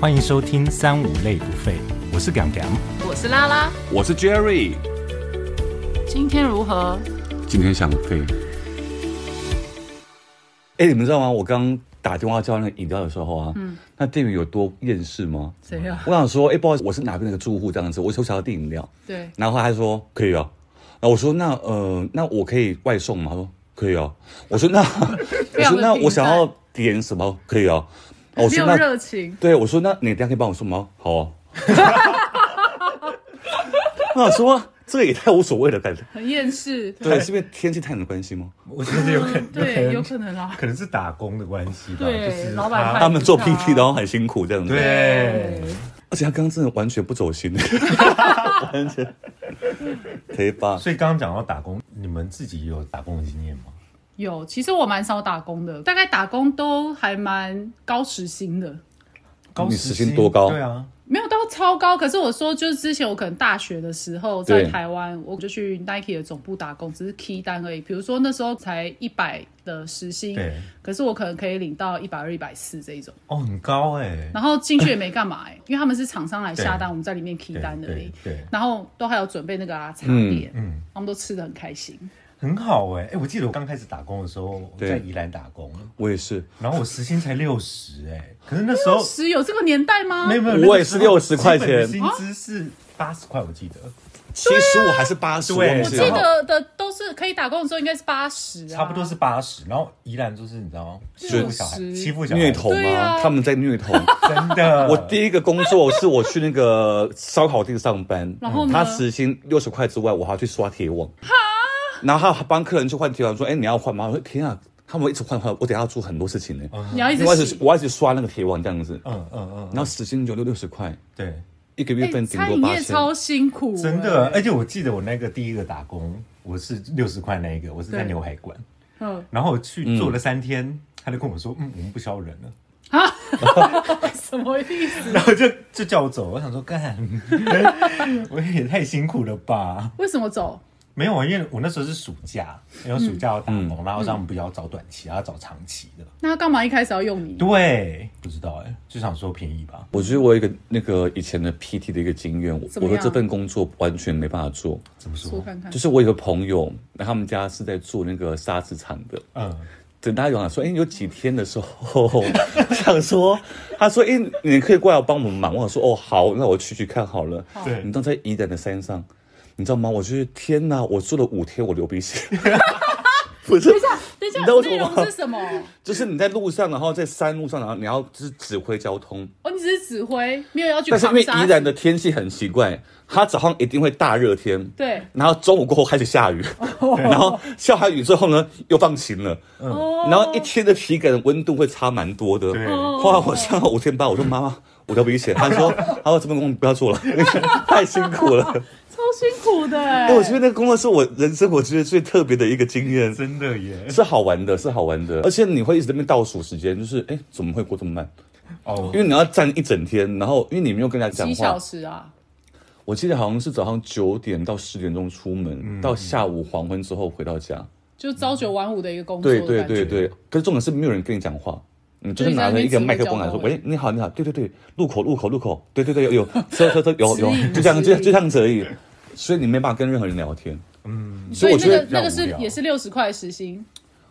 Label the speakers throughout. Speaker 1: 欢迎收听三五类不废，我是 Gang Gang。
Speaker 2: 我是拉拉，
Speaker 3: 我是 Jerry，
Speaker 2: 今天如何？
Speaker 3: 今天想飞。哎、你们知道吗？我刚打电话叫那个饮料的时候啊，
Speaker 2: 嗯
Speaker 3: 那店员有多厌世吗？
Speaker 2: 怎样？
Speaker 3: 我想说，哎、不好意思，我是哪边的住户这样子，我我想要订饮料，
Speaker 2: 对，
Speaker 3: 然后他说可以啊，然后我说那呃，那我可以外送吗？他说可以啊，我说那我
Speaker 2: 常
Speaker 3: 说
Speaker 2: 的
Speaker 3: 那
Speaker 2: 平
Speaker 3: 我想
Speaker 2: 淡
Speaker 3: 要点什么？可以啊，我
Speaker 2: 只
Speaker 3: 说
Speaker 2: 有
Speaker 3: 那
Speaker 2: 热情。
Speaker 3: 对，我说那你等一下可以帮我送吗？好啊。 我想说这个也太无所谓了，感觉。
Speaker 2: 很厌世，
Speaker 3: 对，是因为天气太冷的关系吗？
Speaker 1: 我觉得有可能，
Speaker 2: 对，有可能啊，
Speaker 1: 可能是打工的关系吧，
Speaker 2: 对
Speaker 1: 就是
Speaker 2: 老板派
Speaker 1: 他
Speaker 3: 他们做
Speaker 2: 知道
Speaker 3: PT 然后很辛苦这样子。
Speaker 1: 对，
Speaker 3: 而且他刚刚真的完全不走心，完全可以吧？
Speaker 1: 所以刚刚讲到打工，你们自己有打工的经验吗？
Speaker 2: 有。其实我蛮少打工的，大概打工都还蛮高时薪的，
Speaker 1: 高
Speaker 3: 你时薪多高
Speaker 1: 对啊，
Speaker 2: 没有到超高。可是我说，就是之前我可能大学的时候在
Speaker 3: 对
Speaker 2: 台湾，我就去 Nike 的总部打工，只是 key 单而已。比如说那时候才一百的时薪，
Speaker 1: 对，
Speaker 2: 可是我可能可以领到一百二、一百四这一种。
Speaker 1: 哦，很高哎，
Speaker 2: 然后进去也没干嘛、欸，因为他们是厂商来下
Speaker 1: 对
Speaker 2: 单，我们在里面 key
Speaker 1: 对
Speaker 2: 单而已
Speaker 1: 对。对，
Speaker 2: 然后都还有准备那个啊茶
Speaker 3: 嗯
Speaker 2: 点，
Speaker 1: 嗯，
Speaker 2: 他们都吃的很开心。
Speaker 1: 很好哎，哎，我记得我刚开始打工的时候，我
Speaker 3: 对
Speaker 1: 在宜兰打工，
Speaker 3: 我也是，
Speaker 1: 然后我时薪才六十哎，可是那时候
Speaker 2: 十有这个年代吗？
Speaker 1: 没有没有，
Speaker 3: 我也是
Speaker 1: 那个时
Speaker 3: 60
Speaker 1: 候
Speaker 3: 块
Speaker 1: 基本的
Speaker 3: 钱
Speaker 1: 薪资是八十块，我记得
Speaker 3: 七十五还是八十？
Speaker 1: 对
Speaker 3: 忘
Speaker 2: 我
Speaker 3: 记
Speaker 2: 记
Speaker 3: 了
Speaker 2: 得的都是可以打工的时候应该是八十、啊，
Speaker 1: 差不多是八十。然后宜兰就是你知道吗？欺负小孩，
Speaker 2: 60
Speaker 1: 欺负小孩，
Speaker 3: 虐童
Speaker 2: 对啊
Speaker 3: 啊，他们在虐童。
Speaker 1: 真的。
Speaker 3: 我第一个工作是我去那个烧烤店上班，
Speaker 2: 然后呢
Speaker 3: 他时薪六十块之外，我还要去刷铁网，然后还帮客人去换铁网，说：“哎，你要换吗？”我说：“天啊，他们一直换换，我等一下要做很多事情呢。”
Speaker 2: 你要一直
Speaker 3: 我要一
Speaker 2: 洗
Speaker 3: 直我要一直刷那个铁网这样子，
Speaker 1: 嗯嗯嗯，
Speaker 3: 然后时薪就六六十块，
Speaker 1: 对，
Speaker 3: 一个
Speaker 2: 哎
Speaker 3: 月份顶
Speaker 2: 餐
Speaker 3: 多
Speaker 2: 饮
Speaker 3: 八
Speaker 2: 业
Speaker 3: 千。
Speaker 2: 超辛苦、
Speaker 1: 真的。
Speaker 2: 哎
Speaker 1: 而且我记得我那个第一个打工，我是六十块那一个，我是在
Speaker 2: 对
Speaker 1: 牛海馆，
Speaker 2: 嗯，
Speaker 1: 然后我去做了三天，他就跟我说：“嗯，我们不招人了。”
Speaker 2: 什么意思？
Speaker 1: 然后就就叫我走。我想说，干，我也太辛苦了吧？
Speaker 2: 为什么走？
Speaker 1: 没有啊，因为我那时候是暑假，然后暑假要打工，然后他们比较找短期，要找长期的。
Speaker 2: 那他干嘛一开始要用你？
Speaker 1: 对，不知道哎、就想说便宜吧，
Speaker 3: 我觉得我有一个那个以前的 PT 的一个经验，我
Speaker 2: 怎么
Speaker 3: 我
Speaker 2: 样嗯
Speaker 3: 说这份工作完全没办法做，
Speaker 1: 怎么
Speaker 2: 说
Speaker 1: 说？
Speaker 2: 看看
Speaker 3: 就。是我有个朋友，那他们家是在做那个砂纸厂的，
Speaker 1: 嗯，
Speaker 3: 等他有想说，哎、有几天的时候， 想说，他说，哎、你可以过来帮我们忙。我想说，哦，好，那我去去看好了。
Speaker 1: 对
Speaker 3: 你知道在宜兰的山上，你知道吗？我就是天哪，我住了五天，我流鼻 血。不是
Speaker 2: 等一，下，等一
Speaker 3: 你知道为
Speaker 2: 下，
Speaker 3: 什
Speaker 2: 内
Speaker 3: 么吗
Speaker 2: 容是什么？
Speaker 3: 就是你在路上，然后在山路上，然后你要就是指挥交通。
Speaker 2: 哦，你只是指挥，没有要去
Speaker 3: 但是因为
Speaker 2: 扛沙
Speaker 3: 宜兰的天气很奇怪，它早上一定会大热天，
Speaker 2: 对
Speaker 3: 然后中午过后开始下雨，然后下完雨之后呢又放晴了，
Speaker 2: 哦，
Speaker 3: 然后一天的体感的温度会差蛮多的。
Speaker 1: 对
Speaker 2: 哦
Speaker 3: 后来我上了五天班，我说妈妈，我流鼻血。她 说，她说这份工作不要做了， 太辛苦了。
Speaker 2: 超辛苦的、哎
Speaker 3: 哎、我觉得那个工作是我人生我觉得最特别的一个经验，
Speaker 1: 真的耶。
Speaker 3: 是好玩的，是好玩的。而且你会一直在那边倒数时间，就是哎、怎么会过这么慢？
Speaker 1: 哦
Speaker 3: 因，为你要站一整天，然后因为你没有跟人家
Speaker 2: 几
Speaker 3: 讲
Speaker 2: 小
Speaker 3: 话。
Speaker 2: 时啊，
Speaker 3: 我记得好像是早上九点到十点钟出门，
Speaker 2: 嗯
Speaker 3: 到下午黄昏之后回到家。
Speaker 2: 就朝九晚五的一个工作
Speaker 3: 对
Speaker 2: 的
Speaker 3: 对
Speaker 2: 嗯感觉。
Speaker 3: 对对，可是重点是没有人跟你讲话，你就是拿着一个麦克风来说，喂，你好，你好，对对对，路口路口路口，对对对，有有车车车有有， 就这样就就这样子而已，所以你没办法跟任何人聊天，嗯，
Speaker 2: 所
Speaker 3: 所以
Speaker 2: 以
Speaker 3: 我
Speaker 2: 那
Speaker 3: 觉得
Speaker 2: 个那个
Speaker 1: 比
Speaker 2: 是
Speaker 1: 较无聊
Speaker 2: 也是六十块时薪，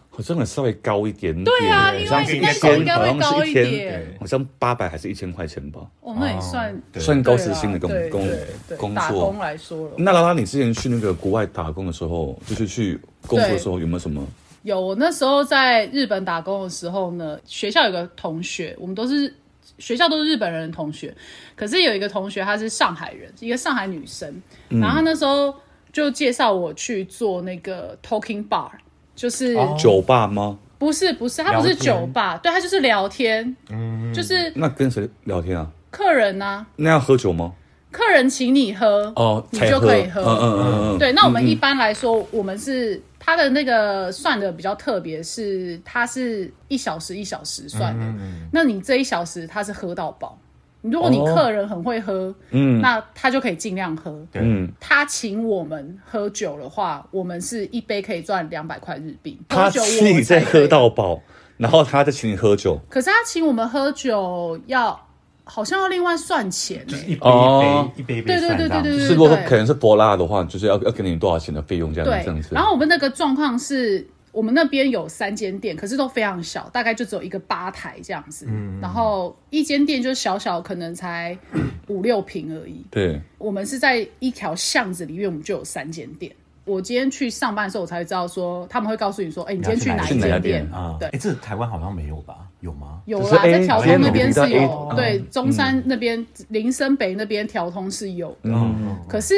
Speaker 3: 好像很稍微高一点点，
Speaker 2: 对啊，因
Speaker 3: 好
Speaker 2: 为
Speaker 3: 像是一
Speaker 2: 那
Speaker 3: 千
Speaker 2: 种应该
Speaker 3: 好
Speaker 2: 会
Speaker 3: 像
Speaker 2: 高
Speaker 3: 是
Speaker 2: 一
Speaker 3: 一千
Speaker 2: 点。
Speaker 1: 对
Speaker 3: 好像八百还是一千块钱吧，
Speaker 2: 哦，那也
Speaker 1: 哦
Speaker 2: 算
Speaker 1: 对
Speaker 3: 算高时薪的工
Speaker 2: 对啦
Speaker 3: 工
Speaker 2: 对对
Speaker 3: 工
Speaker 2: 打
Speaker 3: 作
Speaker 2: 工。来说了，
Speaker 3: 那拉拉，你之前去那个国外打工的时候，就是去工作的时候，有没有什么？
Speaker 2: 有我那时候在日本打工的时候呢，学校有个同学，我们都是学校都是日本人的同学，可是有一个同学她是上海人，一个上海女生，
Speaker 3: 嗯
Speaker 2: 然后她那时候就介绍我去做那个 talking bar，就是、
Speaker 1: 哦
Speaker 3: 酒吧吗？
Speaker 2: 不是不是，她不是
Speaker 1: 聊天
Speaker 2: 酒吧，对，她就是聊天，嗯，就是
Speaker 3: 那跟谁聊天啊？
Speaker 2: 客人呐、
Speaker 3: 那要喝酒吗？
Speaker 2: 客人请你喝，
Speaker 3: 哦，
Speaker 2: 你
Speaker 3: 才
Speaker 2: 就可以喝
Speaker 3: 嗯嗯嗯嗯嗯，
Speaker 2: 对，那我们一般来说，我们是它的那个算的比较特别，是它是一小时一小时算的。那你这一小时它是喝到饱，如果你
Speaker 3: 嗯哦
Speaker 2: 客人很会喝，
Speaker 3: 嗯
Speaker 2: 那他就可以尽量喝。
Speaker 1: 对
Speaker 3: 嗯，
Speaker 2: 他请我们喝酒的话，我们是一杯可以赚两百块日币。
Speaker 3: 他
Speaker 2: 喝酒我
Speaker 3: 请你
Speaker 2: 们
Speaker 3: 再
Speaker 2: 才可以
Speaker 3: 喝，到饱，然后他再请你喝酒，
Speaker 2: 可是他请我们喝酒要好像要另外算钱
Speaker 1: 就是
Speaker 2: 欸
Speaker 1: 一杯一杯、
Speaker 3: 哦
Speaker 1: 一杯一杯
Speaker 2: 对对
Speaker 1: 算
Speaker 2: 对
Speaker 1: 这样
Speaker 2: 对
Speaker 1: 子
Speaker 2: 对
Speaker 3: 是如果可能是波拉的话，就是要要给你多少钱的费用这样
Speaker 2: 对
Speaker 3: 这样子。
Speaker 2: 然后我们那个状况是我们那边有三间店，可是都非常小，大概就只有一个吧台这样
Speaker 3: 嗯
Speaker 2: 子。然后一间店就小小，可能才五六平而已。
Speaker 3: 对，
Speaker 2: 我们是在一条巷子里面，我们就有三间店。我今天去上班的时候，我才知道说他们会告诉你说，哎、你今天哪一
Speaker 3: 去哪
Speaker 2: 间
Speaker 3: 一
Speaker 2: 店
Speaker 3: 间？
Speaker 1: 啊，
Speaker 2: 对
Speaker 1: 哎，这台湾好像没有吧？有吗？
Speaker 2: 有
Speaker 3: 只是哎
Speaker 2: 啦，在
Speaker 3: A-
Speaker 2: 调
Speaker 1: 只是
Speaker 2: 通那边是
Speaker 3: A-
Speaker 2: 有，对，
Speaker 3: 嗯
Speaker 2: 中山那边、林森北那边调通是有的。
Speaker 1: 嗯，
Speaker 2: 可是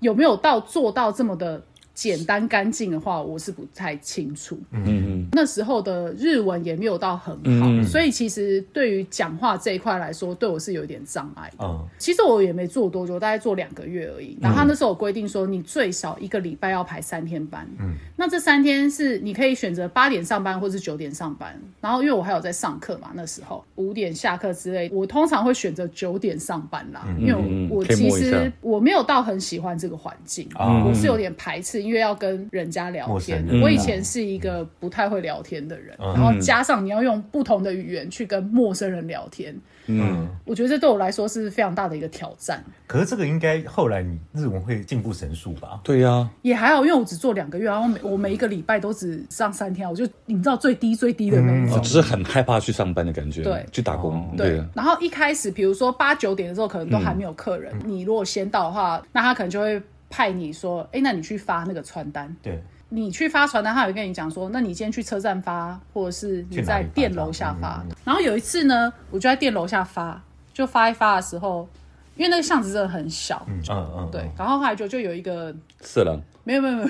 Speaker 2: 有没有到做到这么的简单干净的话，我是不太清楚。
Speaker 3: 嗯嗯，
Speaker 2: 那时候的日文也没有到很好，
Speaker 3: 嗯
Speaker 2: 所以其实对于讲话这一块来说，对我是有一点障碍的。
Speaker 1: 嗯，
Speaker 2: 其实我也没做多久，大概做两个月而已。然后
Speaker 3: 嗯
Speaker 2: 他那时候有规定说，你最少一个礼拜要排三天班。嗯，那这三天是你可以选择八点上班或是九点上班。然后因为我还有在上课嘛，那时候五点下课之类，我通常会选择九点上班啦，因为
Speaker 3: 嗯嗯
Speaker 2: 我我
Speaker 3: 可以
Speaker 2: 其
Speaker 3: 摸一
Speaker 2: 实
Speaker 3: 下
Speaker 2: 我没有到很喜欢这个环境，
Speaker 1: 嗯
Speaker 2: 我是有点排斥，因为要跟人家聊
Speaker 1: 陌生
Speaker 2: 天。
Speaker 1: 人
Speaker 2: 我以前是一个不太会聊天的人，
Speaker 1: 嗯
Speaker 2: 然后加上你要用不同的语言去跟陌生人聊天。
Speaker 1: 嗯，
Speaker 2: 我觉得这对我来说是非常大的一个挑战。
Speaker 1: 可是这个应该后来你日文会进步神速吧？
Speaker 3: 对呀、
Speaker 2: 也还好，因为我只做两个月，然后每我每一个礼拜都只上三天，我就你知道最低最低的那一
Speaker 3: 哦，
Speaker 2: 种。
Speaker 3: 只是很害怕去上班的感觉，
Speaker 2: 对哦
Speaker 3: 去打工，
Speaker 2: 对
Speaker 3: 对，
Speaker 2: 然后一开始，比如说八九点的时候，可能都还没有客人。
Speaker 1: 嗯
Speaker 2: 你如果先到的话，那他可能就会派你说：“哎，那你去发那个传单。
Speaker 1: 对，”
Speaker 2: 你去发传单，他也会跟你讲说：“那你今天去车站发，或者是你
Speaker 1: 去哪
Speaker 2: 在
Speaker 1: 里发嗯
Speaker 2: 店楼下
Speaker 1: 这
Speaker 2: 发
Speaker 1: 样。”
Speaker 2: 然后有一次呢，我就在店楼下发，就发一发的时候，因为那个巷子真的很小，
Speaker 1: 嗯嗯嗯，
Speaker 2: 对。然后后来就就有一个
Speaker 3: 色狼
Speaker 2: 没有没有没有，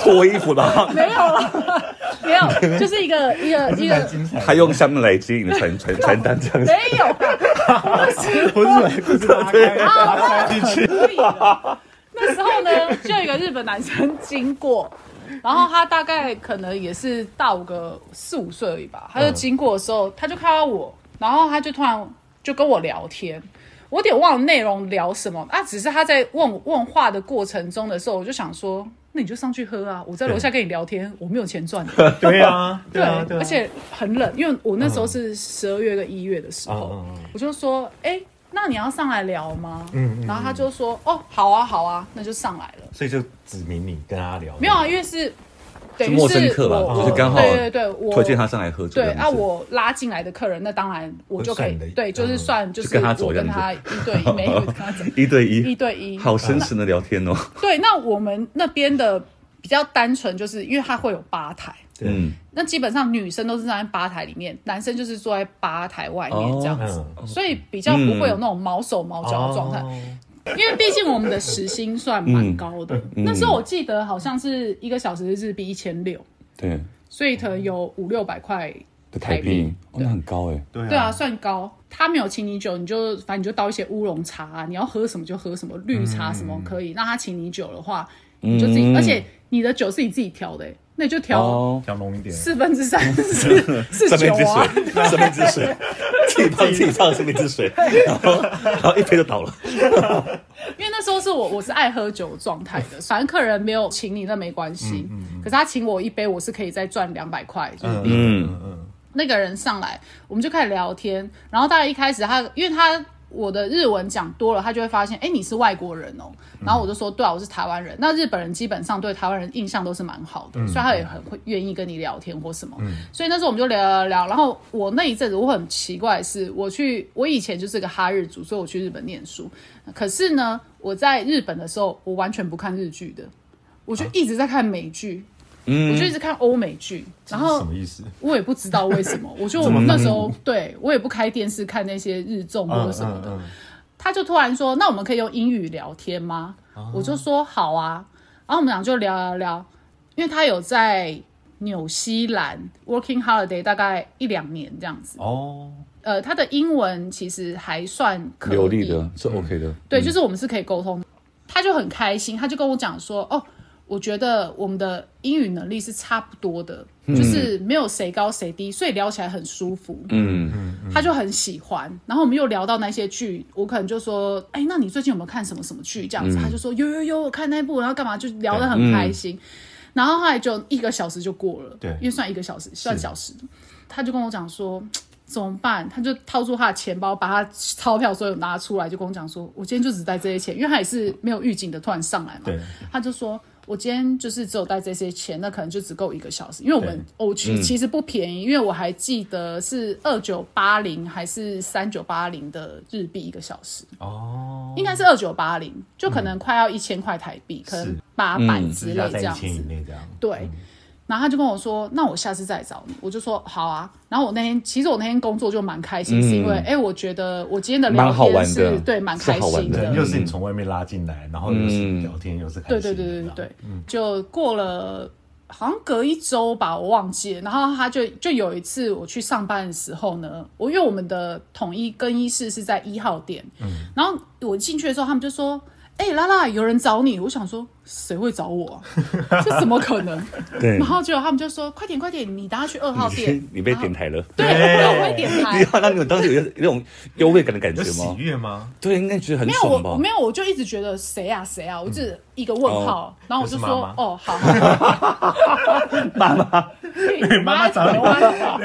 Speaker 3: 脱衣服 了，
Speaker 2: 没 有了，没有，就是一个一个一个
Speaker 1: 精彩，
Speaker 3: 还 用下面来接你的传传传单这样子，
Speaker 2: 没有啦，不是
Speaker 1: 不是不是打开打开进去，
Speaker 2: 故意的。那时候呢，就有一个日本男生经过，然后他大概可能也是大我个四五岁而已吧，他
Speaker 1: 嗯
Speaker 2: 就经过的时候，他就看到我，然后他就突然就跟我聊天。我有点忘了内容聊什么啊，只是他在问问话的过程中的时候，我就想说，那你就上去喝啊，我在楼下跟你聊天，我没有钱赚的。
Speaker 1: 对啊，对啊，对啊，
Speaker 2: 而且很冷，因为我那时候是十二月跟一月的时候，
Speaker 1: 嗯嗯嗯
Speaker 2: 我就说，哎、那你要上来聊吗？
Speaker 1: 嗯嗯
Speaker 2: 然后他就说，哦，好啊，好啊，那就上来了。
Speaker 1: 所以就指明你跟他聊，
Speaker 2: 没有啊，因为是等于
Speaker 3: 陌生客啦
Speaker 2: 我
Speaker 1: 就是
Speaker 2: 我
Speaker 1: 刚
Speaker 3: 好
Speaker 2: 对对对，我
Speaker 3: 推荐他上来喝酒，
Speaker 2: 对
Speaker 3: 这样子
Speaker 2: 啊，我拉进来的客人，那当然我就可
Speaker 1: 会
Speaker 2: 以
Speaker 1: 算的
Speaker 2: 对，就是算就是
Speaker 3: 就跟他走
Speaker 2: 我跟
Speaker 3: 这样子
Speaker 2: 他一对 一，没有跟他走
Speaker 3: 一对
Speaker 2: 一
Speaker 3: 一，
Speaker 2: 对一，
Speaker 3: 好深沉的聊天哦，
Speaker 2: 对。那我们那边的比较单纯，就是因为他会有吧台，
Speaker 1: 对
Speaker 3: 嗯，
Speaker 2: 那基本上女生都是站在吧台里面，男生就是坐在吧台外面
Speaker 3: 哦
Speaker 2: 这样子，
Speaker 1: 嗯
Speaker 2: 所以比较不会有那种毛手毛脚的状态。
Speaker 1: 哦
Speaker 2: 因为毕竟我们的时薪算蛮高的，那时候我记得好像是一个小时日币一千六，
Speaker 3: 对
Speaker 2: 所以可能有五六百块
Speaker 3: 的台
Speaker 2: 币
Speaker 3: 币，。哦，那很高哎，
Speaker 1: 对
Speaker 2: 对啊，，算高。他没有请你酒，你就反正你就倒一些乌龙茶、啊，你要喝什么就喝什么，绿茶什么可以。那他请你酒的话，你就自己，
Speaker 3: 嗯
Speaker 2: 而且你的酒是你自己调的、欸，那你就调
Speaker 3: 哦，
Speaker 1: 讲浓一点，
Speaker 2: 四分之三是是
Speaker 3: 三
Speaker 2: 酒
Speaker 3: 明治
Speaker 2: 啊。
Speaker 3: 水，三明治水，自己泡自己泡三明治水，然后然后一杯就倒了，
Speaker 2: 因为那时候是我我是爱喝酒的状态的，反正客人没有请你那没关系，可是他请我一杯，我是可以再赚两百块。就是
Speaker 1: 嗯
Speaker 3: 嗯，
Speaker 1: 嗯
Speaker 2: 那个人上来，我们就开始聊天，然后大概一开始他，因为他我的日文讲多了，他就会发现，哎、你是外国人哦、
Speaker 1: 嗯
Speaker 2: 然后我就说，对啊，我是台湾人。那日本人基本上对台湾人印象都是蛮好的，
Speaker 1: 嗯
Speaker 2: 所以他也很会愿意跟你聊天或什么。所以那时候我们就聊聊聊，然后我那一阵子我很奇怪的是，我去我以前就是个哈日族，所以我去日本念书，可是呢，我在日本的时候，我完全不看日剧的，我
Speaker 1: 啊
Speaker 2: 就一直在看美剧。我就一直看欧美剧，
Speaker 1: 嗯这
Speaker 2: 然
Speaker 1: 是
Speaker 2: 后
Speaker 1: 什么意思？
Speaker 2: 我也不知道为什么，我觉得我们那时候对我也不开电视看那些日综或者什么的，
Speaker 1: 嗯嗯
Speaker 2: 他就突然说：“那我们可以用英语聊天吗？”我就说：“好啊。”然后我们俩就聊聊聊，因为他有在纽西兰 working holiday 大概一两年这样子，
Speaker 1: 哦，
Speaker 2: 呃，他的英文其实还算可以
Speaker 3: 流利的是 OK 的，
Speaker 2: 对，就是我们是可以沟通的。他就很开心，他就跟我讲说：“哦，我觉得我们的英语能力是差不多的，就是没有谁高谁低，所以聊起来很舒服。”
Speaker 3: 嗯，
Speaker 2: 他就很喜欢。然后我们又聊到那些剧，我可能就说：“哎、那你最近有没有看什么什么剧？”这样子，他就说：“有有有，我看那部，然后干嘛？”就聊得很开心。然后后来就一个小时就过了，
Speaker 1: 对
Speaker 2: 因为算一个小时，算小时。他就跟我讲说：“怎么办？他就掏出他的钱包，把他钞票所有拿出来，就跟我讲说，我今天就只带这些钱，因为他也是没有预警的突然上来嘛
Speaker 1: 对，
Speaker 2: 他就说。我今天就是只有带这些钱，那可能就只够一个小时，因为我们
Speaker 1: 对嗯
Speaker 2: 我去其实不便宜，因为我还记得是二九八零还是三九八零的日币一个小时，
Speaker 1: 哦，嗯
Speaker 2: 应该是二九八零，就可能快要一千块台币，可能
Speaker 1: 是
Speaker 2: 八百
Speaker 3: 嗯
Speaker 1: 只
Speaker 2: 之类
Speaker 1: 要
Speaker 2: 这
Speaker 1: 在
Speaker 2: 样
Speaker 1: 一
Speaker 2: 子。
Speaker 1: 千以内这样。
Speaker 2: 对，然后他就跟我说：“那我下次再找你。”我就说：“好啊。”然后我那天其实我那天工作就蛮开心，
Speaker 3: 嗯
Speaker 2: 是因为哎、诶我觉得我今天的聊
Speaker 3: 蛮好
Speaker 2: 天
Speaker 3: 玩的
Speaker 2: 是对蛮
Speaker 3: 是
Speaker 2: 开
Speaker 3: 好玩
Speaker 2: 心
Speaker 3: 的
Speaker 1: 对，
Speaker 3: 嗯
Speaker 1: 又是你从外面拉进来，然后又是聊天，又是开
Speaker 2: 对
Speaker 1: 心的
Speaker 2: 对对对对
Speaker 1: 这样
Speaker 2: 对，
Speaker 3: 嗯
Speaker 2: 就过了好像隔一周吧，我忘记了。然后他就就有一次我去上班的时候呢，我因为我们的统一更衣室是在一号店，
Speaker 3: 嗯
Speaker 2: 然后我进去的时候，他们就说。哎、拉拉，有人找你。我想说，谁会找我、 啊？这怎么可能？
Speaker 3: 对
Speaker 2: 然，后结果他们就说：“快点，快点，你等下去二号店。
Speaker 3: 你被点台了。
Speaker 2: 对，我会点
Speaker 3: 你
Speaker 2: 台。
Speaker 3: 看，那你有当时有那种优越感的感觉
Speaker 1: 有喜
Speaker 3: 吗？
Speaker 1: 悦吗？
Speaker 3: 对，应该觉得很
Speaker 2: 没有
Speaker 3: 爽
Speaker 2: 我，
Speaker 3: 吧
Speaker 2: 我？没有，我就一直觉得谁啊谁啊，我就是一个问号，然后我就说
Speaker 1: 就是妈妈
Speaker 2: 哦，好，好好妈妈，
Speaker 1: 妈妈找你
Speaker 2: 我妈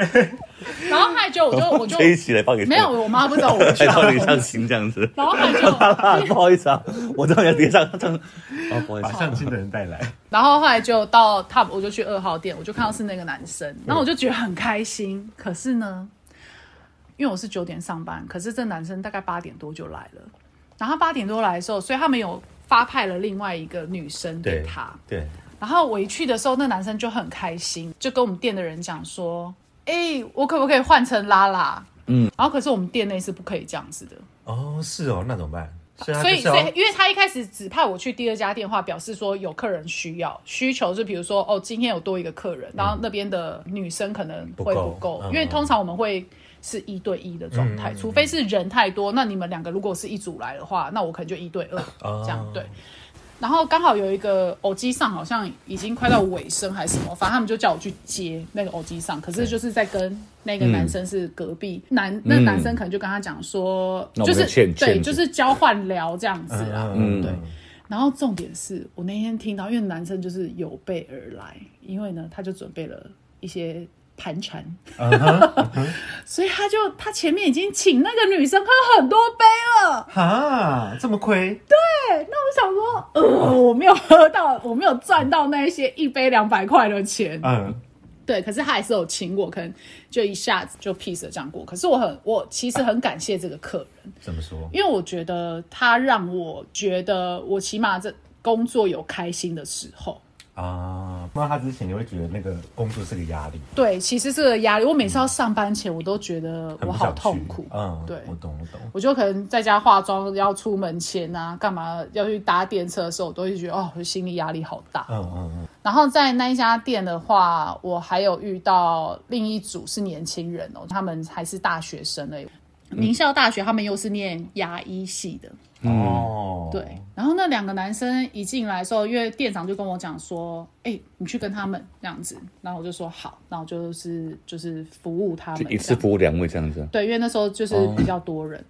Speaker 2: 然后害就我 就我就
Speaker 3: 这一起来放给
Speaker 2: 没有，我妈不知道我去
Speaker 3: 还
Speaker 2: 哪
Speaker 3: 放你
Speaker 2: 里，
Speaker 3: 上心这样子。
Speaker 2: 然后害
Speaker 3: 哈
Speaker 2: 就，
Speaker 3: 哈，不好意思啊，我知道你要叠上上，啊，不好意
Speaker 1: 把
Speaker 3: 思，
Speaker 1: 相亲的人带来，
Speaker 2: 然后后来就到 top，我就去二号店，我就看到是那个男生，然后我就觉得很开心，可是呢，因为我是九点上班，可是这男生大概八点多就来了，然后他八点多来的时候，所以他们有发派了另外一个女生给
Speaker 1: 对
Speaker 2: 他，
Speaker 1: 对，
Speaker 2: 然后我一去的时候，那男生就很开心，就跟我们店的人讲说：“哎、我可不可以换成拉拉？”嗯，然后可是我们店内是不可以这样子的，
Speaker 1: 哦，是哦，那怎么办？所以他就
Speaker 2: 所以
Speaker 1: 是
Speaker 2: 所以
Speaker 1: 要
Speaker 2: 因为他一开始只派我去第二家电话，表示说有客人需要需求是比如说哦今天有多一个客人，然后那边的女生可能会不
Speaker 1: 不够
Speaker 2: 够，
Speaker 1: 嗯
Speaker 2: 因为通常我们会是一对一的状态，
Speaker 1: 嗯嗯嗯
Speaker 2: 除非是人太多，那你们两个如果是一组来的话，那我可能就一对二、
Speaker 1: 哦
Speaker 2: 这样对。然后刚好有一个偶机上好像已经快到尾声还是什么，反正他们就叫我去接那个偶机上，可是就是在跟那个男生是隔壁、男，那
Speaker 3: 嗯
Speaker 2: 男生可能就跟他讲说，
Speaker 3: 那我
Speaker 2: 就
Speaker 3: 们
Speaker 2: 是
Speaker 3: 就欠
Speaker 2: 对，
Speaker 3: 欠
Speaker 2: 就是交换聊这样子啦。
Speaker 1: 嗯
Speaker 2: 对。然后重点是我那天听到，因为男生就是有备而来，因为呢，他就准备了一些盘缠，
Speaker 1: 嗯
Speaker 2: 所以他就他前面已经请那个女生喝很多杯了。
Speaker 1: 哈，这么亏，
Speaker 2: 我想说，呃，我没有喝到，我没有赚到那一些一杯两百块的钱。
Speaker 1: 嗯，
Speaker 2: 对，可是他还是有请我，可能就一下子就 peace 了这样过。可是我很，我其实很感谢这个客人，
Speaker 1: 怎么说？
Speaker 2: 因为我觉得他让我觉得我起码这工作有开心的时候。
Speaker 1: 啊，那他之前你会觉得那个工作是个压力，
Speaker 2: 对，其实是个压力。我每次要上班前，我都觉得
Speaker 1: 很
Speaker 2: 我
Speaker 1: 不
Speaker 2: 好
Speaker 1: 想去
Speaker 2: 痛苦。
Speaker 1: 嗯，
Speaker 2: 对
Speaker 1: 我懂，我懂，
Speaker 2: 我就可能在家化妆，要出门前啊，干嘛要去搭电车的时候，我都会觉得哦，我心理压力好大。
Speaker 1: 嗯嗯
Speaker 2: 然后在那一家店的话，我还有遇到另一组是年轻人哦，他们还是大学生嘞。名校大学，他们又是念牙医系的，
Speaker 1: 嗯，哦，
Speaker 2: 对。然后那两个男生一进来的时候，因为店长就跟我讲说：“哎、你去跟他们这样子。”然后我就说：“好。”然后就是就是服务他们
Speaker 3: 就
Speaker 2: 这
Speaker 3: 一
Speaker 2: 样，
Speaker 3: 次服务两位这样子，
Speaker 2: 对，因为那时候就是
Speaker 3: 哦
Speaker 2: 比较多人。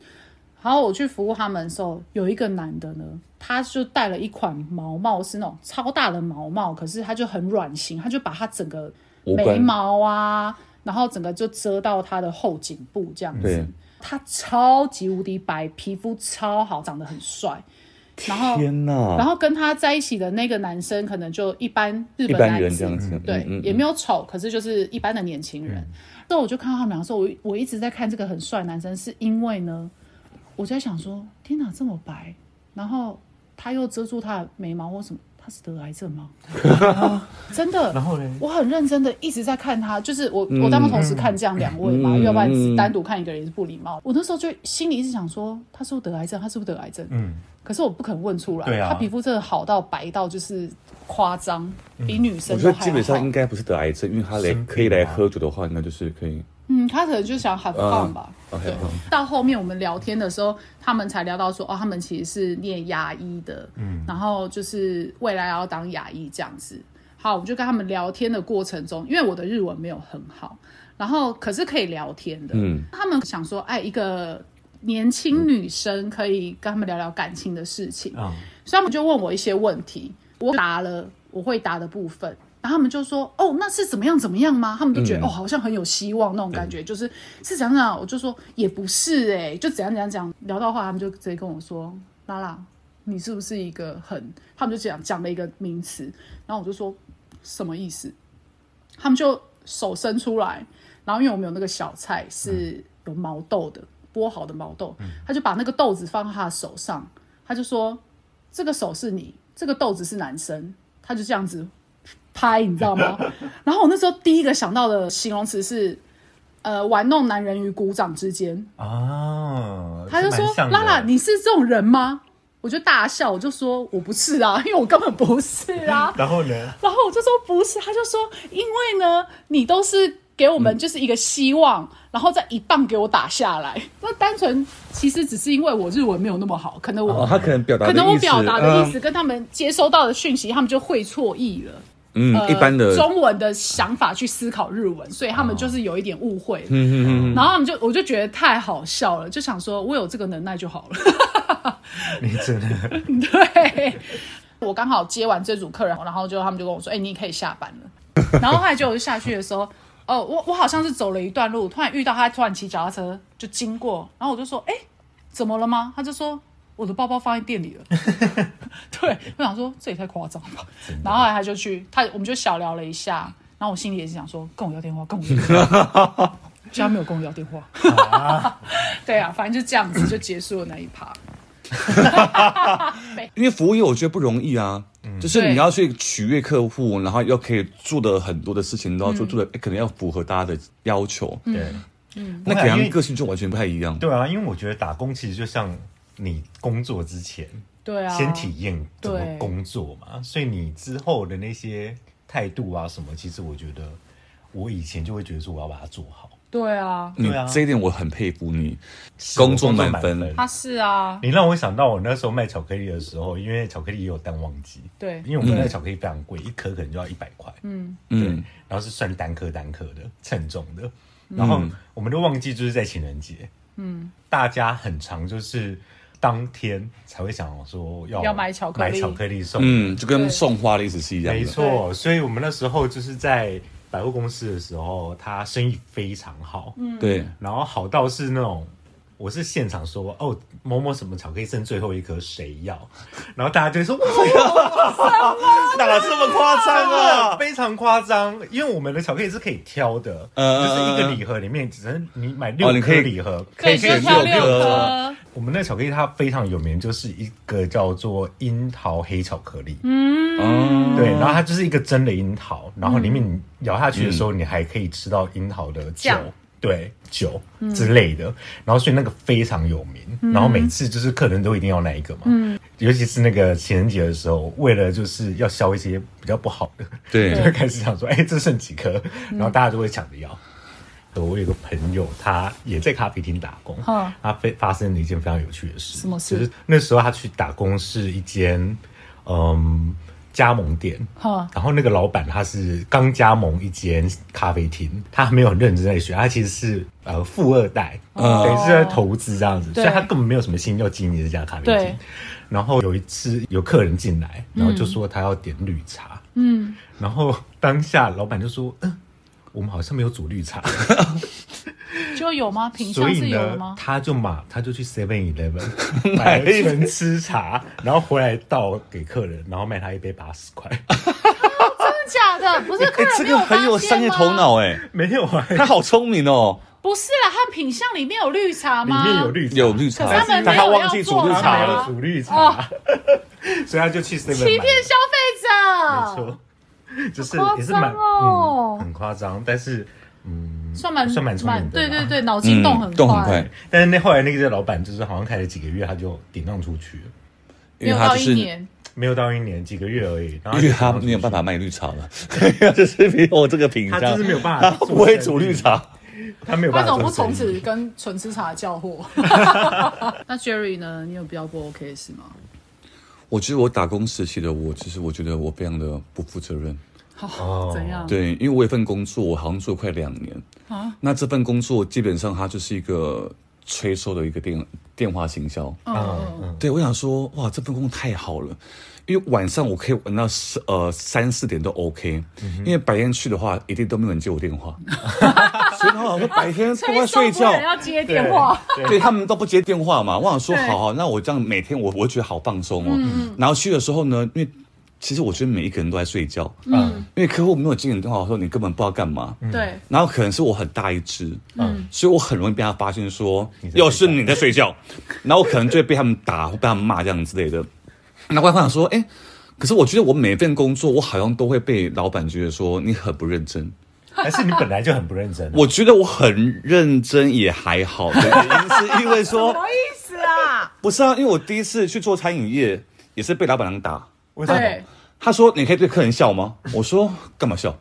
Speaker 2: 然后我去服务他们的时候，有一个男的呢，他就戴了一款毛帽，是那种超大的毛帽，可是他就很软型，他就把他整个
Speaker 3: 无
Speaker 2: 眉
Speaker 3: 关
Speaker 2: 毛啊，然后整个就遮到他的后颈部这样
Speaker 3: 对
Speaker 2: 子。，他超级无敌白，皮肤超好，长得很帅。然后，
Speaker 3: 天
Speaker 2: 然
Speaker 3: 哪，
Speaker 2: 后跟他在一起的那个男生，可能就一般日
Speaker 3: 一
Speaker 2: 本
Speaker 3: 般
Speaker 2: 男
Speaker 3: 人
Speaker 2: 子
Speaker 3: 这样子，
Speaker 2: 对，
Speaker 3: 嗯
Speaker 2: 也没有丑，可是就是一般的年轻人。那、我就看到他们俩说，我我一直在看这个很帅的男生，是因为呢，我在想说，天哪，这么白，然后他又遮住他的眉毛或什么，他是得癌症 吗？真的。
Speaker 1: 然后嘞，
Speaker 2: 我很认真的一直在看他，就是我、我当同时看这样两位嘛，
Speaker 3: 嗯
Speaker 2: 要不然只单独看一个人也是不礼貌。我那时候就心里一直想说，他是不是得癌症？他是不是得癌症？
Speaker 1: 嗯，
Speaker 2: 可是我不肯问出来，
Speaker 1: 对啊
Speaker 2: 他皮肤真的好到白到就是夸张，
Speaker 1: 嗯
Speaker 2: 比女
Speaker 3: 我
Speaker 2: 生
Speaker 3: 觉
Speaker 2: 都
Speaker 3: 得
Speaker 2: 还好。
Speaker 3: 基本上应该不是得癌症，因为他来
Speaker 1: 生病
Speaker 2: 啊
Speaker 3: 可以来
Speaker 1: 吧
Speaker 3: 喝酒的话，应该就是可以。呃
Speaker 2: 嗯，他可能就想喊
Speaker 3: 嗯
Speaker 2: 放吧。
Speaker 3: OK，
Speaker 2: 对
Speaker 3: 好，
Speaker 2: 到后面我们聊天的时候，他们才聊到说，哦，他们其实是念牙医的，嗯，然后就是未来要当牙医这样子。好，我就跟他们聊天的过程中，因为我的日文没有很好，然后可是可以聊天的，
Speaker 3: 嗯，
Speaker 2: 他们想说，哎，一个年轻女生可以跟他们聊聊感情的事情，
Speaker 1: 嗯，
Speaker 2: 所以他们就问我一些问题，我答了我会答的部分，然后他们就说：“哦，那是怎么样怎么样吗？”他们就觉得、哦，好像很有希望那种感觉，就是是怎样怎样。我就说也不是哎、就怎样怎样讲。聊到话，他们就直接跟我说：“拉拉，你是不是一个很……”他们就讲讲了一个名词，然后我就说什么意思？他们就手伸出来，然后因为我们有那个小菜是有毛豆的，剥好的毛豆，他就把那个豆子放到他的手上，他就说：“这个手是你，这个豆子是男生。”他就这样子拍，你知道吗？然后我那时候第一个想到的形容词是，呃，玩弄男人于股掌之间。
Speaker 1: 啊，
Speaker 2: 他就说
Speaker 1: 蛮：“像的
Speaker 2: 拉拉，你是这种人吗？”我就大笑，我就说：“我不是啊， 因为我根本不是啊。”
Speaker 1: 然后呢？
Speaker 2: 然后我就说不是，他就说因为呢，你都是给我们
Speaker 1: 嗯
Speaker 2: 就是一个希望，然后再一棒给我打下来。那单纯其实只是因为我日文没有那么好，可能我、
Speaker 3: 哦，他可能表达
Speaker 2: 可
Speaker 3: 的
Speaker 2: 能我
Speaker 3: 意思
Speaker 2: 表达的意思
Speaker 3: 嗯
Speaker 2: 跟他们接收到的讯息，他们就会错意了。
Speaker 3: 嗯，一般的
Speaker 2: 呃、中文的想法去思考日文，所以他们就是有一点误会。
Speaker 3: 嗯嗯嗯
Speaker 2: 然后他们就我就觉得太好笑了，就想说我有这个能耐就好了。
Speaker 1: 你真的
Speaker 2: 对，我刚好接完这组客人，然后就他们就跟我说：“哎、你可以下班了。”然后后来就我就下去的时候，哦，我我好像是走了一段路，突然遇到他，突然骑脚踏车就经过，然后我就说：“哎、怎么了吗？”他就说。我的包包放在店里了，对，我想说这也太夸张了吧。然后后来他就去，他我们就小聊了一下，然后我心里也是想说跟我要电话，跟我要电话，就他没有跟我要电话。 对啊，反正就这样子就结束了那一趴。
Speaker 3: 因为服务业我觉得不容易啊，
Speaker 2: 嗯
Speaker 3: 就是你要去取悦客户，然后要可以做的很多的事情，都要做
Speaker 2: 嗯
Speaker 3: 做的可能要符合大家的要求，
Speaker 1: 对
Speaker 3: 那
Speaker 1: 我
Speaker 3: 给
Speaker 1: 感觉
Speaker 2: 啊
Speaker 3: 他们个性就完全不太一样。
Speaker 1: 对啊，因为我觉得打工其实就像你工作之前
Speaker 2: 对啊，
Speaker 1: 先体验怎么
Speaker 2: 对
Speaker 1: 工作嘛，所以你之后的那些态度啊什么，其实我觉得我以前就会觉得说我要把它做好，
Speaker 2: 对啊，
Speaker 3: 你
Speaker 1: 对啊
Speaker 3: 嗯这一点我很佩服你，工作满分。
Speaker 2: 他是啊，
Speaker 1: 你让我想到我那时候卖巧克力的时候，因为巧克力也有淡旺季，
Speaker 2: 对
Speaker 1: 因为我们那
Speaker 3: 嗯
Speaker 1: 个巧克力非常贵，一颗可能就要一百块，嗯，对，然后是算单颗单颗的称重的，然后我们的旺季就是在情人节，嗯，大家很常就是当天才会想说要
Speaker 2: 要买巧克力
Speaker 1: 买巧克力送，
Speaker 3: 嗯，就跟送花的意思是一样
Speaker 1: 没
Speaker 3: 的。
Speaker 1: 错，所以我们那时候就是在百货公司的时候，他生意非常好，嗯，
Speaker 3: 对，
Speaker 1: 然后好到是那种，我是现场说哦某某什么巧克力剩最后一颗谁要， 然后大家就会 说哦哇，
Speaker 3: 哪这么夸张
Speaker 1: 真的？啊非常夸张，因为我们的巧克力是可以挑的，
Speaker 3: 嗯
Speaker 1: 就是一个礼盒里面只能你买
Speaker 3: 哦
Speaker 1: 六
Speaker 3: 你
Speaker 1: 颗
Speaker 3: 可以
Speaker 1: 礼盒，
Speaker 3: 可以
Speaker 2: 就
Speaker 3: 可以
Speaker 2: 挑
Speaker 3: 六颗
Speaker 2: 颗，
Speaker 1: 我们那巧克力它非常有名，就是一个叫做樱桃黑巧克力，
Speaker 3: 嗯，
Speaker 1: 对，然后它就是一个真的樱桃，然后里面你咬下去的时候，你还可以吃到樱桃的酒
Speaker 2: 酱，
Speaker 1: 对，酒之类的。然后所以那个非常有名，然后每次就是客人都一定要那一个嘛。尤其是那个情人节的时候，为了就是要消一些比较不好的，
Speaker 3: 对
Speaker 1: 就会开始想说，哎，这剩几颗，
Speaker 2: 嗯
Speaker 1: 然后大家就会抢着要。呃我有个朋友，他也在咖啡厅打工，
Speaker 2: 嗯
Speaker 1: 他非发生了一件非常有趣的事，
Speaker 2: 什么事
Speaker 1: 就是那时候他去打工是一间嗯加盟店，
Speaker 2: 哈，
Speaker 1: 然后那个老板他是刚加盟一间咖啡厅，他还没有很认真在学，他其实是呃富二代，
Speaker 3: 哦
Speaker 1: 等于是在投资这样子，
Speaker 2: 嗯对
Speaker 1: 所以他根本没有什么心要经营这家咖啡
Speaker 2: 对
Speaker 1: 厅。然后有一次有客人进来，然后就说他要点绿茶，
Speaker 2: 嗯，
Speaker 1: 然后当下老板就说，嗯，我们好像没有煮绿 茶。
Speaker 2: 就有吗？品
Speaker 1: 所
Speaker 2: 相
Speaker 1: 以
Speaker 2: 是有的
Speaker 1: 呢
Speaker 2: 吗，？
Speaker 1: 他就马他就去 Seven Eleven 买了一份吃茶，然后回来倒给客人，然后卖他一杯八十块。
Speaker 2: 真的假的？不是客
Speaker 3: 哎，
Speaker 2: 人
Speaker 3: 这
Speaker 2: 没有
Speaker 3: 个很有
Speaker 2: 发现
Speaker 3: 商业
Speaker 2: 吗
Speaker 3: 头，脑哎，
Speaker 1: 没有啊，
Speaker 3: 他好聪明哦，
Speaker 2: 不是啦，他品相里面有绿茶
Speaker 1: 里
Speaker 2: 吗？
Speaker 1: 面有绿茶，
Speaker 3: 有绿茶
Speaker 2: 可是他，们
Speaker 3: 但
Speaker 2: 没
Speaker 3: 他
Speaker 2: 有
Speaker 3: 忘记
Speaker 2: 要
Speaker 3: 煮
Speaker 2: 做
Speaker 3: 绿
Speaker 2: 啊
Speaker 3: 茶
Speaker 1: 他没
Speaker 3: 了
Speaker 1: 有。煮绿茶， 所以他就去 Seven
Speaker 2: 欺骗消
Speaker 1: 没
Speaker 2: 费者，
Speaker 1: 错，就是
Speaker 2: 好夸
Speaker 1: 也是蛮
Speaker 2: 张哦
Speaker 1: 嗯很夸张，但是嗯
Speaker 2: 算蛮
Speaker 1: 算蛮聪明的
Speaker 2: 对对
Speaker 1: 啦
Speaker 2: 对，脑筋动很
Speaker 3: 嗯动很快，
Speaker 1: 但是那后来那个老板就是好像开了几个月，他就顶让出去了，
Speaker 2: 没
Speaker 3: 因为
Speaker 2: 有
Speaker 3: 他
Speaker 2: 到
Speaker 3: 就
Speaker 2: 一
Speaker 3: 是
Speaker 2: 年，
Speaker 1: 没有到一年，几个月而已，然后
Speaker 3: 因为
Speaker 1: 就
Speaker 3: 他
Speaker 1: 顶让出去
Speaker 3: 没有办法卖绿茶了， 对啊，就是没有这个品
Speaker 1: 他就
Speaker 3: 相
Speaker 1: 是没有，办
Speaker 3: 他
Speaker 1: 法，
Speaker 3: 不会煮绿，茶。
Speaker 1: 他没有
Speaker 2: 他
Speaker 1: 办法做
Speaker 2: 怎么
Speaker 1: 生意，
Speaker 2: 不从此跟纯吃茶叫货？那 Jerry 呢？你有比较不 OK 的事吗？
Speaker 3: 我觉得我打工时期的我，其实我觉得我非常的不负责任。
Speaker 2: 好，怎样？
Speaker 3: 对，因为我有一份工作，我好像做
Speaker 2: 啊
Speaker 3: 快两年。那这份工作基本上它就是一个催收的一个店电话行销。
Speaker 1: 嗯嗯，
Speaker 3: 对，我想说，哇，这份工太好了，因为晚上我可以玩到十呃三四点都 OK，、因为白天去的话，一定都没有人接我电话，所以我想说白天都在
Speaker 2: 催收
Speaker 3: 睡
Speaker 2: 不
Speaker 3: 觉
Speaker 2: 了，要接电话，
Speaker 3: 对他们都不接电话嘛。我想说，
Speaker 2: 对
Speaker 3: 好好，那我这样每天我我会觉得好放松哦。然后去的时候呢，因为其实我觉得每一个人都在睡觉，
Speaker 1: 嗯
Speaker 3: 因为客户没有接你电话的时候，你根本不知道干嘛。
Speaker 2: 对，
Speaker 3: 然后可能是我很大一只，
Speaker 1: 嗯
Speaker 3: 嗯，所以我很容易被他发现说
Speaker 1: 你在，睡觉
Speaker 3: 又是你在睡觉，然后我可能就会被他们打或被他们骂这样之类的。那我还想说，哎、可是我觉得我每份工作，我好像都会被老板觉得说你很不认
Speaker 1: 嗯
Speaker 3: 真。
Speaker 1: 还是你本来就很不认 真啊，
Speaker 3: 我觉得我很认真也还好的原因是因为说
Speaker 2: 什么意思啊？
Speaker 3: 不是啊，因为我第一次去做餐饮业也是被老板娘打，
Speaker 1: 为什
Speaker 2: 对
Speaker 1: 么？，
Speaker 3: 他说你可以对客人笑吗？我说干嘛笑？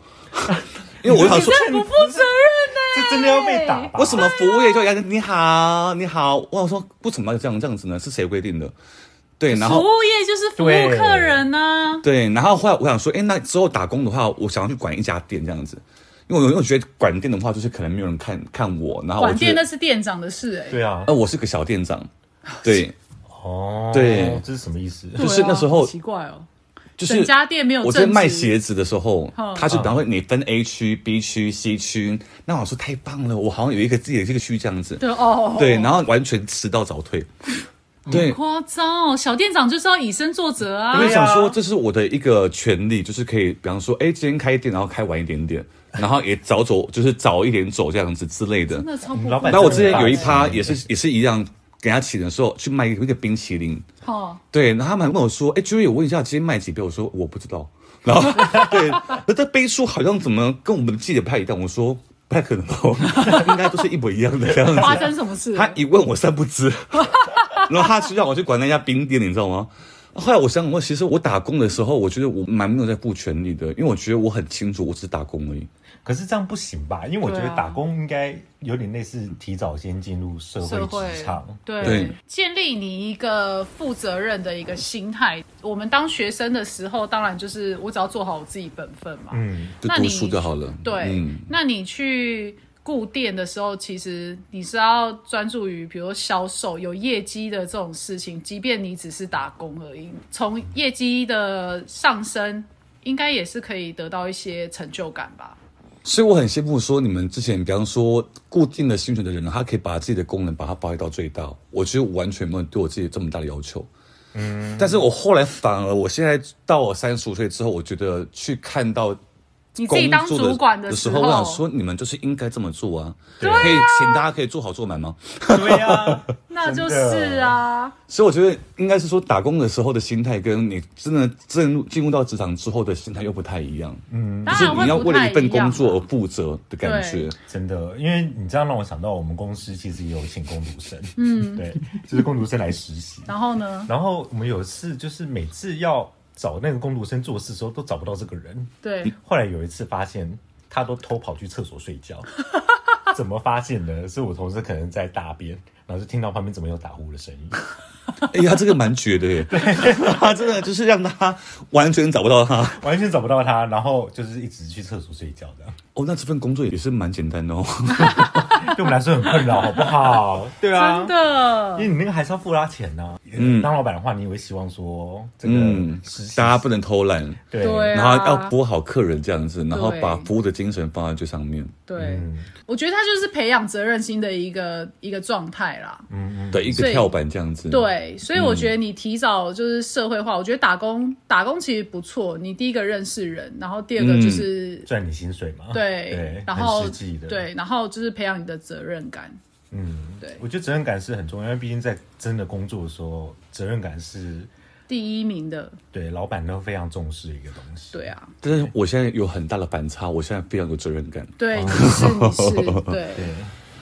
Speaker 3: 因为我想说
Speaker 2: 这不负责任啊呢、
Speaker 1: 这真的要被打吧？
Speaker 3: 为什么服务业就要你好你好？我想说为什么要这样这样子呢？是谁规定的？对，然
Speaker 2: 服
Speaker 3: 后
Speaker 2: 务业就是服务
Speaker 1: 对
Speaker 2: 客人啊呐、
Speaker 3: 对，然后后来我想说，哎，那之后打工的话，我想要去管一家店这样子，因为我因为我觉得管店的话，就是可能没有人看看我，然后我
Speaker 2: 管
Speaker 3: 觉
Speaker 2: 店
Speaker 3: 得
Speaker 2: 那是店长的事哎、
Speaker 1: 对啊，
Speaker 3: 呃我是个小店长， 对，
Speaker 1: 哦，
Speaker 3: 对
Speaker 1: 这是什么意思？
Speaker 2: 对啊
Speaker 3: 就是那时候
Speaker 2: 好奇怪哦，
Speaker 3: 就是
Speaker 2: 整家店没有
Speaker 3: 我
Speaker 2: 正
Speaker 3: 在
Speaker 2: 职
Speaker 3: 卖，鞋子的时候
Speaker 2: 嗯，
Speaker 3: 他就比方说你分 A 区、B 区、C 区，那我说太棒了，我好像有一个自己的这个区这样子，
Speaker 2: 对哦，
Speaker 3: 对，然后完全迟到早退，对，
Speaker 2: 夸张哦，小店长就是要以身作则啊
Speaker 3: 因
Speaker 1: 对
Speaker 3: 为
Speaker 1: 啊，
Speaker 3: 想说这是我的一个权利，就是可以，比方说，哎，今天开店，然后开晚一点点，然后也早走，就是早一点走这样子之类的
Speaker 2: 真。的超
Speaker 1: 我
Speaker 2: 不
Speaker 1: 们老板
Speaker 3: 那我之前有一
Speaker 1: 真的很
Speaker 3: 趴
Speaker 1: 大气
Speaker 3: 也是也是一样，给他请的时候去卖一个冰淇淋，
Speaker 2: 哦，
Speaker 3: 对，然后他们还问我说：“哎，Joey，我问一下，今天卖几杯？”我说：“我不知道。” 然后对，那这杯数好像怎么跟我们的记得不太一样？我说不太可能哦， 应该都是一模一样的这样子。
Speaker 2: 发生什么事了？
Speaker 3: 他一问我三不知， 然后他是让我去管那家冰店，你知道吗？后来我想想过，其实我打工的时候，我觉得我蛮没有在顾全力的，因为我觉得我很清楚，我只是打工而已。
Speaker 1: 可是这样不行吧？因为我觉得
Speaker 2: 对啊
Speaker 1: 打工应该有点类似提早先进入社
Speaker 2: 社
Speaker 1: 会
Speaker 2: 会
Speaker 1: 职场，
Speaker 2: 对，
Speaker 3: 对
Speaker 2: 建立你一个负责任的一个心态。我们当学生的时候，当然就是我只要做好我自己本分嘛。
Speaker 1: 嗯，
Speaker 3: 就
Speaker 2: 那
Speaker 3: 读
Speaker 2: 你
Speaker 3: 书就好了。
Speaker 2: 对，
Speaker 3: 嗯，
Speaker 2: 那你去顾店的时候，其实你是要专注于，比如说销售有业绩的这种事情，即便你只是打工而已，从业绩的上升，应该也是可以得到一些成就感吧。
Speaker 3: 所以我很羡慕说你们之前，比方说固定的薪水的人，他可以把自己的功能把它发挥到最大。我觉得我完全没有对我自己这么大的要求。嗯，但是我后来反而，我现在到我三十五岁之后，我觉得去看到
Speaker 2: 你自己
Speaker 3: 工
Speaker 2: 当
Speaker 3: 作
Speaker 2: 主管
Speaker 3: 的
Speaker 2: 时
Speaker 3: 候，我想说你们就是应该这么做啊，
Speaker 1: 对
Speaker 3: 可以请大家可以做好做满吗？
Speaker 1: 对啊呀，
Speaker 2: 那就是啊，
Speaker 3: 所以我觉得应该是说打工的时候的心态，跟你真的正入进入到职场之后的心态又不太一样，就
Speaker 2: 当
Speaker 3: 是
Speaker 2: 然
Speaker 3: 你
Speaker 2: 啊会
Speaker 3: 要
Speaker 2: 不
Speaker 3: 为
Speaker 2: 太
Speaker 3: 了一份
Speaker 2: 样
Speaker 3: 工作而
Speaker 2: 嘛。
Speaker 3: 负责的感觉
Speaker 2: 对。
Speaker 1: 真的，因为你这样让我想到，我们公司其实也有请工读生，嗯， 对，就是工读生来实习。
Speaker 2: 然后呢？
Speaker 1: 然后我们有一次就是每次要找那个工读生做事的时候，都找不到这个人。
Speaker 2: 对，
Speaker 1: 后来有一次发现，他都偷跑去厕所睡 觉。怎么发现的？是我同事可能在大便，然后就听到旁边怎么有打呼的声音。
Speaker 3: 哎呀，这个蛮绝的耶， 他真的就是让他完全找不到他。
Speaker 1: 完全找不到他，然后就是一直去厕所睡觉这样，
Speaker 3: 哦，那这份工作也是蛮简单的哦。
Speaker 1: 对我们来说很困扰，好不好？对啊，
Speaker 2: 真，的
Speaker 1: 因为你那个还是要付他钱呐、嗯，
Speaker 3: 嗯
Speaker 1: 当老板的话，你也会希望说这个
Speaker 3: 嗯
Speaker 1: 实习，
Speaker 3: 大家不能偷懒，
Speaker 1: 对
Speaker 2: 对啊
Speaker 3: 然后要服务好客人这样子，然后
Speaker 2: 对
Speaker 3: 把服务的精神放在最上面
Speaker 2: 对，
Speaker 1: 嗯
Speaker 2: 我觉得他就是培养责任心的一个一个状态啦。
Speaker 3: 的一
Speaker 2: 所
Speaker 3: 个
Speaker 2: 以
Speaker 3: 跳板这样子。，
Speaker 2: 对，嗯所以我觉得你提早就是社会化，我觉得打工打工其实不错。你第一个认识人，然后第二个就是、
Speaker 1: 赚你薪水嘛，
Speaker 2: 对，
Speaker 1: 啊对，
Speaker 2: 然后
Speaker 1: 很实际的，，
Speaker 2: 对，然后就是培养你的责任感。
Speaker 1: 嗯，
Speaker 2: 对
Speaker 1: 我觉得责任感是很重要，因为毕竟在真的工作的时候，责任感是
Speaker 2: 第一名的，
Speaker 1: 对老板都非常重视的一个东西，
Speaker 2: 对啊，
Speaker 3: 但是我现在有很大的反差，我现在非常有责任感。
Speaker 2: 对，你是你是，对
Speaker 1: 对，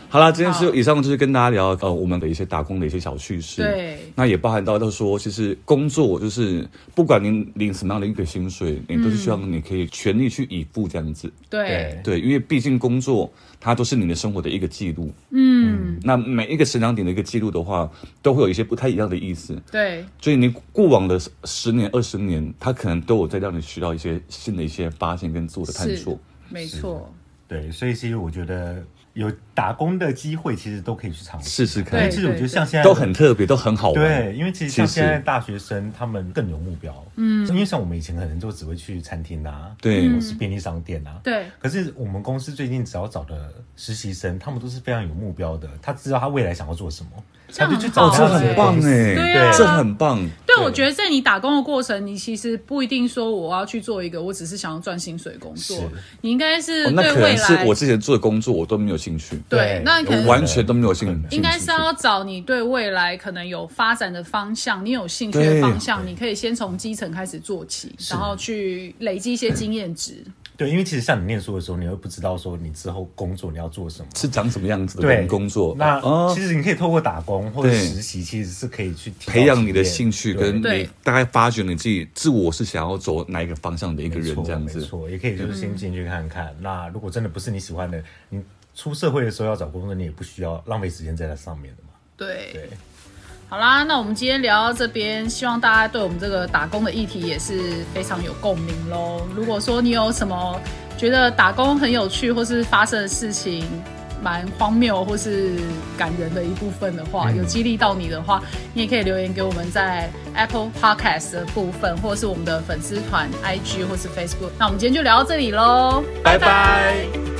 Speaker 3: 好啦，今天是
Speaker 2: 好
Speaker 3: 以上就是跟大家聊呃我们的一些打工的一些小趣事，
Speaker 2: 对
Speaker 3: 那也包含到到说，其实工作就是不管您领什么样的一个薪水，你
Speaker 2: 嗯
Speaker 3: 都是希望你可以全力去以赴这样子，
Speaker 2: 对，
Speaker 3: 对，因为毕竟工作它都是你的生活的一个记录，
Speaker 2: 嗯，
Speaker 3: 那每一个成长点的一个记录的话，都会有一些不太一样的意思，
Speaker 2: 对，
Speaker 3: 所以你过往的十年二十年，它可能都有在让你学到一些新的一些发现跟自我的探
Speaker 2: 是
Speaker 3: 索。
Speaker 2: 没错，
Speaker 1: 对，所以其实我觉得有打工的机会，其实都可以去尝试。
Speaker 3: 试试
Speaker 1: 因为
Speaker 3: 看
Speaker 1: 其，实我觉得像现在
Speaker 3: 都很特别，都很好玩。
Speaker 1: 对，因为其实像
Speaker 3: 其实
Speaker 1: 现在大学生，他们更有目标。嗯，因为像我们以前可能就只会去餐厅啊，
Speaker 3: 对
Speaker 1: 或是便利商店啊。
Speaker 2: 嗯对
Speaker 1: 可是我们公司最近只要找的实习生，他们都是非常有目标的，他知道他未来想要做什么，
Speaker 2: 这
Speaker 1: 他
Speaker 2: 样
Speaker 1: 就去
Speaker 2: 好
Speaker 1: 找
Speaker 3: 哦，这
Speaker 1: 他
Speaker 3: 很棒哎，
Speaker 2: 对啊
Speaker 3: 这很棒。
Speaker 2: 对，我觉得在你打工的过程，你其实不一定说我要去做一个我只是想要赚薪水的工作
Speaker 1: 是，
Speaker 2: 你应该是
Speaker 3: 哦，那
Speaker 2: 对
Speaker 3: 可
Speaker 2: 未
Speaker 3: 能是
Speaker 2: 来
Speaker 3: 我之前做的工作我都没有兴趣，
Speaker 2: 对，那可能
Speaker 1: 我
Speaker 3: 完全都没有兴兴趣。
Speaker 2: 应该是要找你对未来可能有发展的方向，你有兴趣的方向，你可以先从基层开始做起，然后去累积一些经验值。
Speaker 1: 对，因为其实像你念书的时候，你会不知道说你之后工作你要做什么。
Speaker 3: 是长什么样子的
Speaker 1: 对，
Speaker 3: 工工作，
Speaker 1: 那
Speaker 3: 哦
Speaker 1: 其实你可以透过打工或者
Speaker 3: 对
Speaker 1: 实习，其实是可以去提高
Speaker 3: 培养你
Speaker 1: 经
Speaker 3: 的
Speaker 1: 验
Speaker 3: 兴趣，
Speaker 1: 对
Speaker 3: 跟
Speaker 2: 对
Speaker 3: 你大概发掘你自己自我是想要走哪一个方向的一个
Speaker 1: 没
Speaker 3: 人
Speaker 1: 错，
Speaker 3: 这样子嗯
Speaker 1: 没。错，也可以就是先进去看看。那如果真的不是你喜欢的，你出社会的时候要找工作，你也不需要浪费时间在那上面的嘛。
Speaker 2: 对，
Speaker 1: 对，
Speaker 2: 好啦，那我们今天聊到这边，希望大家对我们这个打工的议题也是非常有共鸣喽。如果说你有什么觉得打工很有趣，或是发生的事情蛮荒谬或是感人的一部分的
Speaker 3: 嗯
Speaker 2: 话，有激励到你的话，你也可以留言给我们在 Apple Podcast 的部分，或者是我们的粉丝团 IG 或是 Facebook。那我们今天就聊到这里喽，
Speaker 3: 拜拜